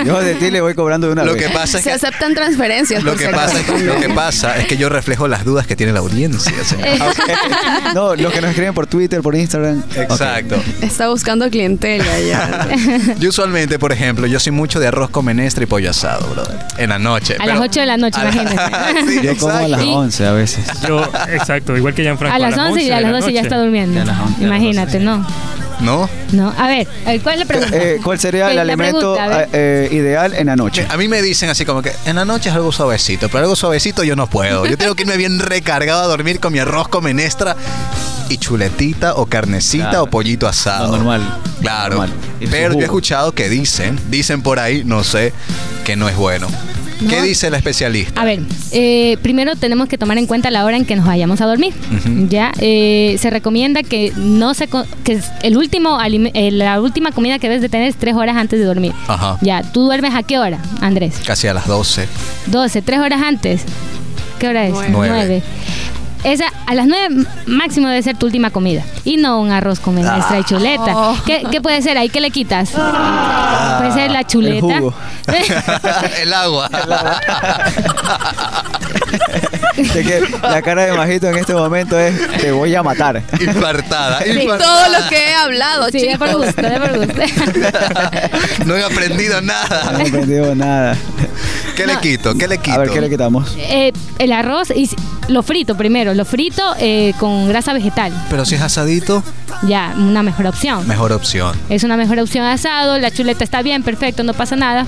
[SPEAKER 2] Yo de ti le voy cobrando de una
[SPEAKER 1] lo
[SPEAKER 2] vez.
[SPEAKER 1] que pasa es
[SPEAKER 5] Se
[SPEAKER 1] que
[SPEAKER 5] aceptan transferencias.
[SPEAKER 1] lo
[SPEAKER 5] por
[SPEAKER 1] que
[SPEAKER 5] si
[SPEAKER 1] pasa
[SPEAKER 5] acaso.
[SPEAKER 1] es, lo que pasa es que yo reflejo las dudas que tiene la audiencia. señor.
[SPEAKER 2] Ah, ok. No, los que nos escriben por Twitter, por Instagram.
[SPEAKER 1] Exacto.
[SPEAKER 5] Está buscando clientela ya.
[SPEAKER 1] Yo usualmente, por ejemplo, yo soy mucho de arroz con menestra y pollo asado, brother. En la noche.
[SPEAKER 4] A las ocho de la noche,
[SPEAKER 1] A la-
[SPEAKER 4] imagínate.
[SPEAKER 1] Sí,
[SPEAKER 2] Ok. Yo como a
[SPEAKER 1] exacto.
[SPEAKER 2] las
[SPEAKER 4] Y-
[SPEAKER 2] 11 a veces.
[SPEAKER 3] Yo, exacto, igual que Gianfranco.
[SPEAKER 4] a las 11 y a las 12 ya está durmiendo.
[SPEAKER 2] Ya a las 11, a las 12, sí.
[SPEAKER 4] Imagínate, ¿no?
[SPEAKER 1] ¿No?
[SPEAKER 4] No. A ver, eh, ¿cuál es la pregunta?
[SPEAKER 2] Eh, ¿Cuál sería el
[SPEAKER 4] La
[SPEAKER 2] alimento
[SPEAKER 4] pregunta, a ver.
[SPEAKER 2] eh, ideal en la
[SPEAKER 1] Che,
[SPEAKER 2] noche?
[SPEAKER 1] A mí me dicen así como que en la noche es algo suavecito, pero algo suavecito yo no puedo. Yo tengo que irme bien recargado a dormir con mi arroz con menestra y chuletita o carnecita
[SPEAKER 2] Claro.
[SPEAKER 1] o pollito asado.
[SPEAKER 2] Lo normal.
[SPEAKER 1] Claro.
[SPEAKER 2] Normal. Y su
[SPEAKER 1] Pero yo he
[SPEAKER 2] jugo.
[SPEAKER 1] escuchado que dicen, dicen por ahí, no sé, que no es bueno. ¿Qué dice la especialista?
[SPEAKER 4] A ver, eh, primero tenemos que tomar en cuenta la hora en que nos vayamos a dormir.
[SPEAKER 1] Ujú.
[SPEAKER 4] Ya eh, se recomienda que no se co- que el último alime- eh, la última comida que debes de tener es tres horas antes de dormir.
[SPEAKER 1] Ajá.
[SPEAKER 4] Ya, ¿tú duermes a qué hora, Andrés?
[SPEAKER 1] Casi a las 12.
[SPEAKER 4] 12, tres horas antes. ¿Qué hora es?
[SPEAKER 5] Nueve.
[SPEAKER 1] Nueve.
[SPEAKER 4] Nueve. Esa, a las 9 máximo debe ser tu última comida. Y no un arroz con menestra y chuleta.
[SPEAKER 5] Oh.
[SPEAKER 4] ¿Qué, qué puede ser ahí? ¿Qué le quitas? puede ser la chuleta.
[SPEAKER 2] jugo.
[SPEAKER 1] El agua.
[SPEAKER 2] De que la cara de Majito en este momento es te voy a matar.
[SPEAKER 1] Infartada.
[SPEAKER 5] Y
[SPEAKER 1] infartada.
[SPEAKER 5] todo lo que he hablado,
[SPEAKER 4] Sí, de
[SPEAKER 5] chicos.
[SPEAKER 4] por gusto, de por gusto.
[SPEAKER 1] No he aprendido nada.
[SPEAKER 2] No he aprendido nada.
[SPEAKER 1] ¿Qué le quito? ¿Qué le quito?
[SPEAKER 2] A ver, ¿qué le quitamos?
[SPEAKER 4] Eh, el arroz y si- lo frito primero, lo frito eh, con grasa vegetal.
[SPEAKER 1] Pero si es asadito,
[SPEAKER 4] Ya, una mejor opción.
[SPEAKER 1] mejor opción.
[SPEAKER 4] Es una mejor opción asado, la chuleta está bien, perfecto, no pasa nada.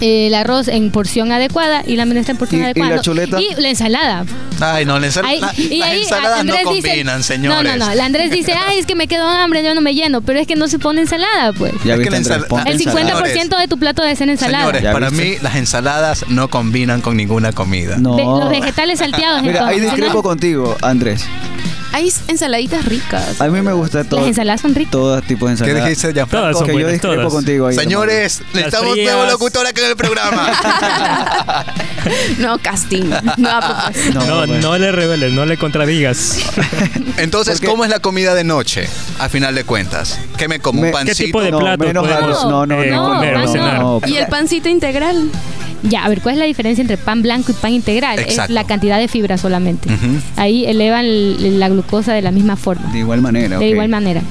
[SPEAKER 4] Eh, El arroz en porción adecuada y la menestra en porción
[SPEAKER 2] ¿Y- y
[SPEAKER 4] adecuada.
[SPEAKER 2] la
[SPEAKER 4] No,
[SPEAKER 2] chuleta?
[SPEAKER 4] Y la ensalada.
[SPEAKER 1] Ay, no, la ensal-
[SPEAKER 4] Ahí-
[SPEAKER 1] la-
[SPEAKER 4] y
[SPEAKER 1] las
[SPEAKER 4] ahí
[SPEAKER 1] ensaladas no
[SPEAKER 4] dice-
[SPEAKER 1] combinan, señores.
[SPEAKER 4] No, no, no. La Andrés dice, ay, es que me quedo hambre, yo no me lleno. Pero es que no se pone ensalada, pues.
[SPEAKER 2] Ya
[SPEAKER 1] Es que
[SPEAKER 2] viste,
[SPEAKER 1] la
[SPEAKER 2] Andrés,
[SPEAKER 1] ensala-
[SPEAKER 2] ponte
[SPEAKER 4] El
[SPEAKER 2] ensalada.
[SPEAKER 4] 50% de tu plato debe ser ensalada.
[SPEAKER 1] Señores,
[SPEAKER 2] Ya
[SPEAKER 1] para
[SPEAKER 2] viste.
[SPEAKER 1] mí las ensaladas no combinan con ninguna comida.
[SPEAKER 2] No.
[SPEAKER 4] Ve- los vegetales salteados,
[SPEAKER 2] Mira, ahí
[SPEAKER 4] entonces,
[SPEAKER 2] discrepo
[SPEAKER 4] ¿no?
[SPEAKER 2] contigo, Andrés.
[SPEAKER 5] Hay ensaladitas ricas.
[SPEAKER 2] A mí me gusta todo.
[SPEAKER 4] Las ensaladas son ricas.
[SPEAKER 2] Todo tipo de
[SPEAKER 1] ¿Qué
[SPEAKER 2] ensalada.
[SPEAKER 1] dijiste, Gianfranco?
[SPEAKER 3] Todas son
[SPEAKER 2] Que yo
[SPEAKER 3] buenas,
[SPEAKER 2] discrepo
[SPEAKER 3] todas.
[SPEAKER 2] contigo ahí.
[SPEAKER 1] Señores,
[SPEAKER 3] Las
[SPEAKER 1] necesitamos
[SPEAKER 3] frías.
[SPEAKER 1] nuevo locutor acá en el programa.
[SPEAKER 5] No, casting. No, propuesta.
[SPEAKER 2] No,
[SPEAKER 3] No,
[SPEAKER 2] bueno.
[SPEAKER 3] no le reveles, no le contradigas.
[SPEAKER 1] Entonces,
[SPEAKER 2] Porque-
[SPEAKER 1] ¿cómo es la comida de noche? A final de cuentas, ¿qué me como?
[SPEAKER 2] Me-
[SPEAKER 1] ¿Un
[SPEAKER 2] ¿qué
[SPEAKER 1] pancito?
[SPEAKER 3] tipo de
[SPEAKER 2] no,
[SPEAKER 3] plato
[SPEAKER 2] menos
[SPEAKER 3] podemos,
[SPEAKER 2] arroz. No, no,
[SPEAKER 3] eh,
[SPEAKER 2] no,
[SPEAKER 3] comer o
[SPEAKER 2] no,
[SPEAKER 3] cenar?
[SPEAKER 2] no.
[SPEAKER 5] Y el pancito integral.
[SPEAKER 4] Ya, a ver, ¿cuál es la diferencia entre pan blanco y pan integral?
[SPEAKER 1] Exacto.
[SPEAKER 4] Es la cantidad de fibra solamente.
[SPEAKER 1] Ujú.
[SPEAKER 4] Ahí elevan el- la glucosa de la misma forma,
[SPEAKER 2] De igual manera.
[SPEAKER 4] de
[SPEAKER 2] ok.
[SPEAKER 4] igual manera.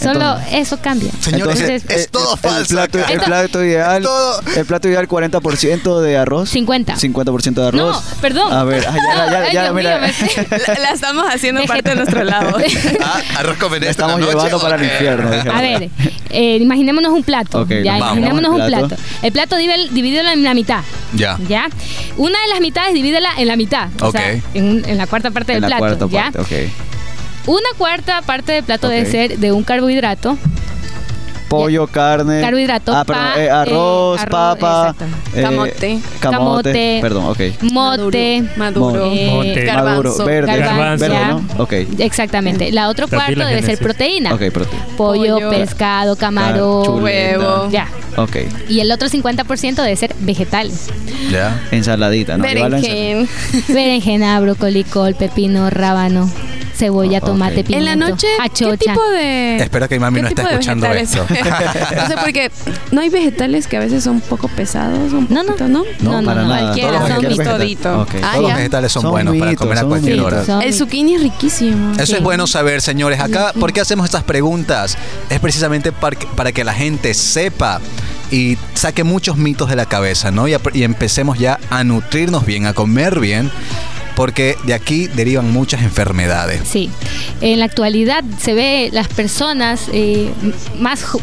[SPEAKER 4] Solo
[SPEAKER 2] Entonces-
[SPEAKER 4] eso cambia.
[SPEAKER 1] Señores,
[SPEAKER 4] Entonces, eh,
[SPEAKER 1] es, es todo
[SPEAKER 2] el
[SPEAKER 1] falso.
[SPEAKER 2] Plato,
[SPEAKER 1] acá.
[SPEAKER 2] el plato ideal,
[SPEAKER 1] todo-
[SPEAKER 2] el plato ideal 40% de arroz.
[SPEAKER 4] 50.
[SPEAKER 2] 50% de arroz.
[SPEAKER 4] No, perdón.
[SPEAKER 2] A ver, ah, ya, ya, ya,
[SPEAKER 4] Ay,
[SPEAKER 2] ya,
[SPEAKER 4] Dios
[SPEAKER 2] mira.
[SPEAKER 4] mío, me estoy-
[SPEAKER 5] La, la estamos haciendo parte de nuestro lado.
[SPEAKER 1] Ah, arroz con menestra
[SPEAKER 2] La
[SPEAKER 1] en la
[SPEAKER 2] estamos
[SPEAKER 1] noche,
[SPEAKER 2] llevando para el
[SPEAKER 1] ¿o qué?
[SPEAKER 2] infierno. dijeron.
[SPEAKER 4] A ver, eh, imaginémonos un plato.
[SPEAKER 2] Ok,
[SPEAKER 4] ya,
[SPEAKER 1] vamos.
[SPEAKER 4] imaginémonos un plato.
[SPEAKER 2] Plato. Ah.
[SPEAKER 4] El plato divi- divídelo en la mitad.
[SPEAKER 1] Ya.
[SPEAKER 4] ¿Ya? Una de las mitades divídela en la mitad. O
[SPEAKER 1] Ok.
[SPEAKER 4] sea, en, un- en la cuarta parte
[SPEAKER 2] En
[SPEAKER 4] del
[SPEAKER 2] la cuarta
[SPEAKER 4] plato. ¿ya?
[SPEAKER 2] parte, ok.
[SPEAKER 4] Una cuarta parte del plato
[SPEAKER 2] Ok.
[SPEAKER 4] debe ser de un carbohidrato.
[SPEAKER 2] Pollo, carne.
[SPEAKER 4] Carbohidrato,
[SPEAKER 2] Ah, perdón,
[SPEAKER 4] pa-
[SPEAKER 2] eh, arroz,
[SPEAKER 4] eh, arroz,
[SPEAKER 2] papa.
[SPEAKER 4] exacto.
[SPEAKER 2] eh,
[SPEAKER 5] Camote.
[SPEAKER 2] Camote.
[SPEAKER 4] Camote.
[SPEAKER 2] Perdón, ok.
[SPEAKER 4] Mote.
[SPEAKER 5] Maduro.
[SPEAKER 4] Mo- eh,
[SPEAKER 2] Maduro,
[SPEAKER 3] Mote.
[SPEAKER 5] Garbanzo.
[SPEAKER 2] verde.
[SPEAKER 4] garbanzo.
[SPEAKER 2] Verde, ¿no? Ok.
[SPEAKER 4] Exactamente. La otra
[SPEAKER 3] También
[SPEAKER 4] cuarta
[SPEAKER 3] la
[SPEAKER 4] debe ser
[SPEAKER 3] génesis.
[SPEAKER 4] proteína.
[SPEAKER 2] Ok, proteína.
[SPEAKER 4] Pollo,
[SPEAKER 5] Pollo.
[SPEAKER 2] Claro,
[SPEAKER 4] pescado, camarón.
[SPEAKER 2] chuleta.
[SPEAKER 5] huevo.
[SPEAKER 4] ya.
[SPEAKER 2] Ok.
[SPEAKER 4] Y el otro 50% debe ser vegetales.
[SPEAKER 1] Ya.
[SPEAKER 2] Ensaladita, ¿no? Igual la ensalada.
[SPEAKER 5] Berenjen.
[SPEAKER 4] Berenjena, brócoli, col, pepino, rábano. cebolla,
[SPEAKER 1] Ah,
[SPEAKER 2] Ok.
[SPEAKER 4] tomate,
[SPEAKER 5] En
[SPEAKER 4] pimiento.
[SPEAKER 5] la noche, ¿qué
[SPEAKER 4] achocha.
[SPEAKER 5] tipo de
[SPEAKER 6] Espero que mi mami
[SPEAKER 5] ¿qué
[SPEAKER 6] no esté
[SPEAKER 5] tipo de
[SPEAKER 6] escuchando
[SPEAKER 5] vegetales?
[SPEAKER 6] esto.
[SPEAKER 5] no sé, porque no hay vegetales que a veces son un poco pesados, un
[SPEAKER 4] No, no.
[SPEAKER 5] poquito, ¿no?
[SPEAKER 4] No, no, no,
[SPEAKER 5] cualquiera,
[SPEAKER 6] son
[SPEAKER 5] todito.
[SPEAKER 2] Ok.
[SPEAKER 5] Ah,
[SPEAKER 6] Todos los
[SPEAKER 5] ya.
[SPEAKER 6] vegetales son,
[SPEAKER 2] Son
[SPEAKER 6] buenos para
[SPEAKER 2] mitos,
[SPEAKER 6] comer a
[SPEAKER 2] son
[SPEAKER 6] cualquier
[SPEAKER 2] mitos.
[SPEAKER 6] hora.
[SPEAKER 4] Sí, son-
[SPEAKER 5] El zucchini es riquísimo.
[SPEAKER 4] Sí.
[SPEAKER 1] Eso es bueno saber, señores. Acá, ¿por qué hacemos estas preguntas? Es precisamente par- para que, la gente sepa y saque muchos mitos de la cabeza, ¿no? Y, ap- y empecemos ya a nutrirnos bien, a comer bien, porque de aquí derivan muchas enfermedades.
[SPEAKER 4] Sí. En la actualidad se ve las personas eh, m- más jo-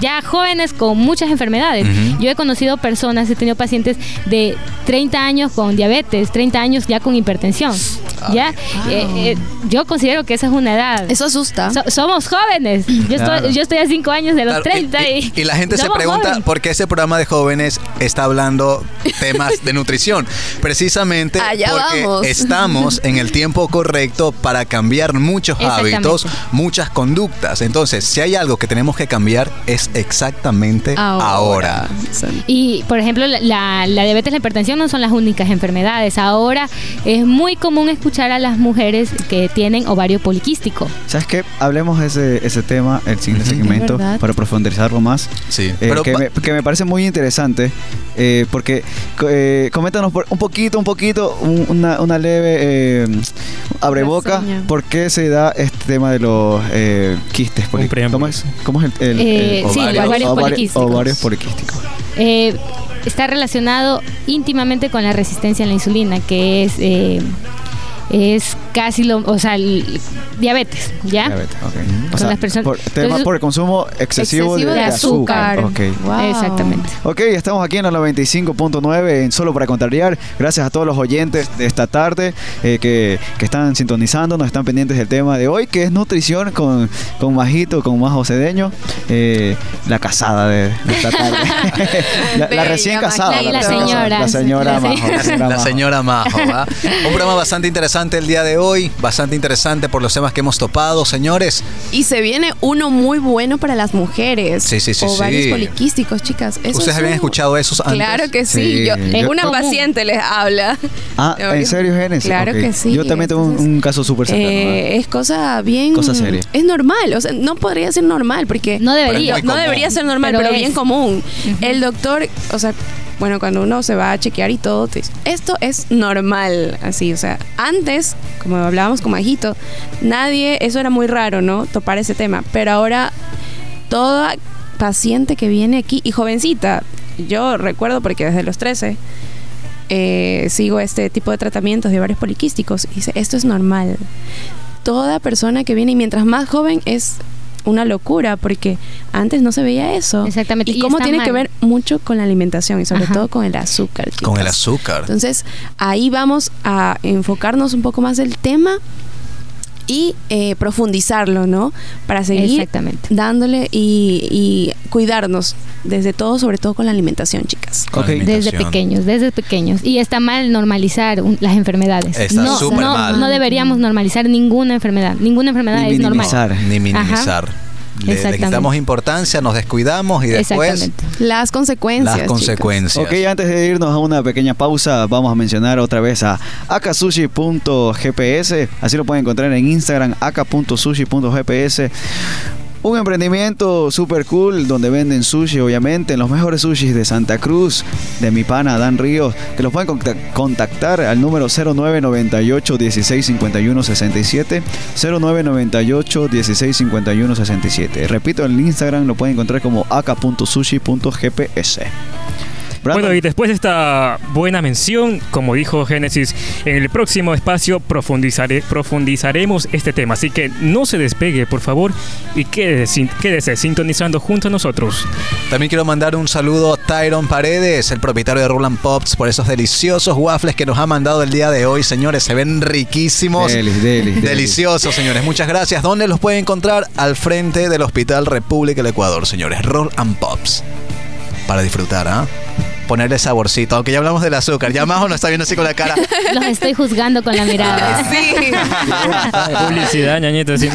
[SPEAKER 4] ya jóvenes con muchas enfermedades.
[SPEAKER 1] Ujú.
[SPEAKER 4] Yo he conocido personas, he tenido pacientes de 30 años con diabetes, 30 años ya con hipertensión. ¿Ya? Eh, eh, yo considero que esa es una edad.
[SPEAKER 5] Eso ¿ah? asusta.
[SPEAKER 4] So- somos jóvenes. Yo,
[SPEAKER 2] Claro.
[SPEAKER 4] estoy, yo estoy a 5 años de los
[SPEAKER 1] Claro, y-
[SPEAKER 4] 30 y,
[SPEAKER 1] y, y la gente se
[SPEAKER 4] somos
[SPEAKER 1] pregunta
[SPEAKER 4] jóvenes.
[SPEAKER 1] por qué ese programa de jóvenes está hablando temas de nutrición. Precisamente
[SPEAKER 5] Allá
[SPEAKER 1] porque
[SPEAKER 5] vamos.
[SPEAKER 1] estamos en el tiempo correcto para cambiar muchos
[SPEAKER 4] Exactamente.
[SPEAKER 1] hábitos, muchas conductas. Entonces, si hay algo que tenemos que cambiar es exactamente ahora.
[SPEAKER 4] Y, por ejemplo, la- la, la diabetes y la hipertensión no son las únicas enfermedades. Ahora es muy común escuchar a las mujeres que tienen ovario poliquístico.
[SPEAKER 2] ¿Sabes qué? Hablemos de ese, ese tema, el siguiente
[SPEAKER 1] Ujú.
[SPEAKER 2] segmento,
[SPEAKER 5] ¿Verdad?
[SPEAKER 2] para profundizarlo más.
[SPEAKER 1] Sí,
[SPEAKER 2] Eh,
[SPEAKER 1] pero
[SPEAKER 2] que,
[SPEAKER 1] pa-
[SPEAKER 2] me, que me parece muy interesante eh, porque co- eh, coméntanos por- un poquito, un poquito, un- una, una leve eh, abreboca
[SPEAKER 5] Reseña.
[SPEAKER 2] por qué se da este tema de los eh, quistes. poli-
[SPEAKER 3] preámbulo.
[SPEAKER 2] ¿Cómo es, cómo es el, el-
[SPEAKER 4] Eh,
[SPEAKER 2] el
[SPEAKER 4] sí,
[SPEAKER 1] ovario-
[SPEAKER 4] ovarios
[SPEAKER 2] ovari-
[SPEAKER 4] poliquísticos.
[SPEAKER 2] ovarios poliquísticos?
[SPEAKER 4] Eh, está relacionado íntimamente con la resistencia a la insulina, que es... eh, es casi lo, o sea, el- diabetes, ¿ya?
[SPEAKER 2] Diabetes, ok. O
[SPEAKER 4] Con
[SPEAKER 2] sea,
[SPEAKER 4] las personas-
[SPEAKER 2] por, tema-
[SPEAKER 4] Entonces-
[SPEAKER 2] por el consumo excesivo,
[SPEAKER 5] Excesivo
[SPEAKER 2] de,
[SPEAKER 5] de
[SPEAKER 2] azúcar.
[SPEAKER 5] azúcar.
[SPEAKER 2] Ok.
[SPEAKER 5] Wow.
[SPEAKER 4] Exactamente.
[SPEAKER 2] Ok, estamos aquí en la 95.9 en Solo para Contrariar. Gracias a todos los oyentes de esta tarde eh, que, que están sintonizando, nos están pendientes del tema de hoy, que es nutrición con, con Majito, con Majo Cedeño, eh, la casada de, de esta tarde. la, la
[SPEAKER 5] Bella,
[SPEAKER 2] recién casada.
[SPEAKER 5] Majito.
[SPEAKER 4] La
[SPEAKER 2] recién casada,
[SPEAKER 4] señora.
[SPEAKER 2] La señora
[SPEAKER 4] La
[SPEAKER 2] Majo.
[SPEAKER 4] señora.
[SPEAKER 1] La
[SPEAKER 2] Majo.
[SPEAKER 1] señora Majo, ¿va? Un programa bastante interesante el día de hoy, bastante interesante por los temas que hemos topado, señores.
[SPEAKER 5] Y se viene uno muy bueno para las mujeres.
[SPEAKER 1] Sí, sí, sí,
[SPEAKER 5] Ovarios
[SPEAKER 1] sí.
[SPEAKER 5] poliquísticos, chicas. Eso
[SPEAKER 1] ¿Ustedes
[SPEAKER 5] es
[SPEAKER 1] habían
[SPEAKER 5] un-
[SPEAKER 1] escuchado esos antes?
[SPEAKER 5] Claro que sí.
[SPEAKER 2] Sí,
[SPEAKER 5] yo-
[SPEAKER 2] yo-
[SPEAKER 5] una
[SPEAKER 4] Común.
[SPEAKER 5] paciente les habla.
[SPEAKER 2] Ah,
[SPEAKER 5] De
[SPEAKER 2] ¿en
[SPEAKER 5] varios-
[SPEAKER 2] serio, Génesis?
[SPEAKER 5] Claro
[SPEAKER 2] Ok.
[SPEAKER 5] que sí.
[SPEAKER 2] Yo también tengo un,
[SPEAKER 5] Entonces,
[SPEAKER 2] un caso súper cercano. ¿verdad?
[SPEAKER 5] eh, es cosa bien.
[SPEAKER 2] Cosa seria.
[SPEAKER 5] Es normal. O sea, no podría ser normal porque.
[SPEAKER 4] No
[SPEAKER 1] es
[SPEAKER 4] debería.
[SPEAKER 1] muy
[SPEAKER 5] no
[SPEAKER 1] común.
[SPEAKER 5] debería ser normal,
[SPEAKER 4] Pero
[SPEAKER 5] pero,
[SPEAKER 4] es.
[SPEAKER 5] bien común. El doctor, o sea, bueno, cuando uno se va a chequear y todo, te dice, esto es normal, así, o sea, antes, como hablábamos con Majito, nadie, eso era muy raro, ¿no? Topar ese tema, pero ahora toda paciente que viene aquí y jovencita, yo recuerdo porque desde los 13 eh, sigo este tipo de tratamientos de varios poliquísticos, y dice, esto es normal. Toda persona que viene, y mientras más joven es una locura, porque antes no se veía eso.
[SPEAKER 4] Exactamente.
[SPEAKER 5] Y,
[SPEAKER 4] Y
[SPEAKER 5] cómo
[SPEAKER 4] está
[SPEAKER 5] tiene
[SPEAKER 4] mal.
[SPEAKER 5] que ver mucho con la alimentación y sobre
[SPEAKER 4] Ajá.
[SPEAKER 5] todo con el azúcar.
[SPEAKER 1] Con el
[SPEAKER 5] chicas.
[SPEAKER 1] azúcar.
[SPEAKER 5] Entonces, ahí vamos a enfocarnos un poco más del tema y eh, profundizarlo, ¿no? Para seguir
[SPEAKER 4] Exactamente.
[SPEAKER 5] dándole y, y cuidarnos desde todo, sobre todo con la alimentación, chicas.
[SPEAKER 1] Con
[SPEAKER 2] Ok.
[SPEAKER 1] la
[SPEAKER 4] Desde
[SPEAKER 1] alimentación.
[SPEAKER 4] pequeños, desde pequeños. Y está mal normalizar un- las enfermedades.
[SPEAKER 1] Está
[SPEAKER 4] no,
[SPEAKER 1] súper
[SPEAKER 4] no,
[SPEAKER 1] mal.
[SPEAKER 4] no deberíamos normalizar ninguna enfermedad. Ninguna enfermedad
[SPEAKER 2] Ni
[SPEAKER 4] es normal.
[SPEAKER 2] minimizar.
[SPEAKER 1] Ni minimizar. Le- Le,
[SPEAKER 4] Exactamente.
[SPEAKER 1] quitamos importancia, nos descuidamos y después
[SPEAKER 4] Exactamente.
[SPEAKER 5] Las consecuencias.
[SPEAKER 1] las
[SPEAKER 5] chicas.
[SPEAKER 1] consecuencias.
[SPEAKER 2] Ok, antes de irnos a una pequeña pausa, vamos a mencionar otra vez a akasushi.gps. Así lo pueden encontrar en Instagram, aka.sushi.gps. Un emprendimiento super cool donde venden sushi, obviamente, en los mejores sushis de Santa Cruz, de mi pana Dan Ríos, que los pueden contac- contactar al número 0998 16 51 67. 0998 16 51 67. Repito, en Instagram lo pueden encontrar como aka.sushi.gps. Brandon.
[SPEAKER 3] Bueno, y después de esta buena mención, como dijo Génesis, en el próximo espacio profundizare- profundizaremos este tema. Así que no se despegue, por favor, y quédese, sin- quédese sintonizando junto a nosotros.
[SPEAKER 1] También quiero mandar un saludo a Tyron Paredes, el propietario de Roland Pops, por esos deliciosos waffles que nos ha mandado el día de hoy, señores. Se ven riquísimos.
[SPEAKER 2] Delis, delis, delis.
[SPEAKER 1] Deliciosos, señores. Muchas gracias. ¿Dónde los pueden encontrar? Al frente del Hospital República del Ecuador, señores. Roll and Pops. Para disfrutar, ¿ah? ponerle saborcito. Aunque ya hablamos del azúcar. Ya Majo nos está viendo así con la cara.
[SPEAKER 4] Los estoy juzgando con la mirada.
[SPEAKER 5] Sí.
[SPEAKER 3] Publicidad, ñañito. Si no,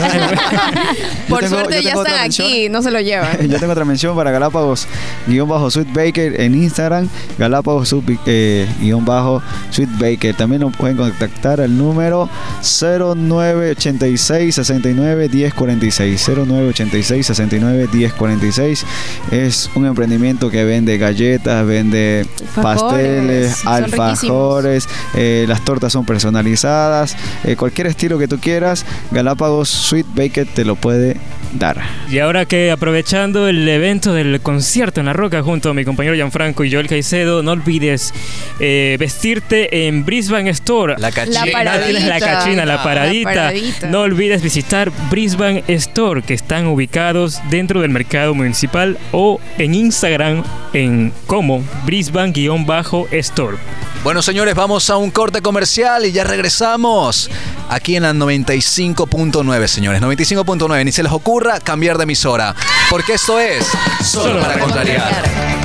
[SPEAKER 5] Por
[SPEAKER 2] tengo- yo
[SPEAKER 5] suerte ya
[SPEAKER 2] tengo
[SPEAKER 5] están
[SPEAKER 2] otra
[SPEAKER 5] aquí, no se lo llevan.
[SPEAKER 2] Yo tengo otra mención para Galápagos guión bajo Sweet Baker en Instagram, Galápagos sub- eh, guión bajo Sweet Baker. También nos pueden contactar al número 0986 69 1046. 0986 69 1046 es un emprendimiento que vende galletas, vende
[SPEAKER 5] Alfajores,
[SPEAKER 2] pasteles,
[SPEAKER 5] son riquísimos.
[SPEAKER 2] alfajores, eh, las tortas son personalizadas, eh, cualquier estilo que tú quieras, Galápagos Sweet Baker te lo puede dar.
[SPEAKER 3] Y ahora que aprovechando el evento del concierto en La Roca junto a mi compañero Gianfranco y Joel Caicedo, no olvides eh, vestirte en Brisbane Store.
[SPEAKER 1] La cachina.
[SPEAKER 5] La
[SPEAKER 3] Nadie es la
[SPEAKER 5] paradita.
[SPEAKER 3] cachina, la paradita.
[SPEAKER 5] La paradita.
[SPEAKER 3] No olvides visitar Brisbane Store, que están ubicados dentro del mercado municipal o en Instagram en como Brisbane-Store.
[SPEAKER 1] Bueno, señores, vamos a un corte comercial y ya regresamos aquí en la 95.9, señores. 95.9. Ni se les ocurra cambiar de emisora. Porque esto es Solo para contrariar.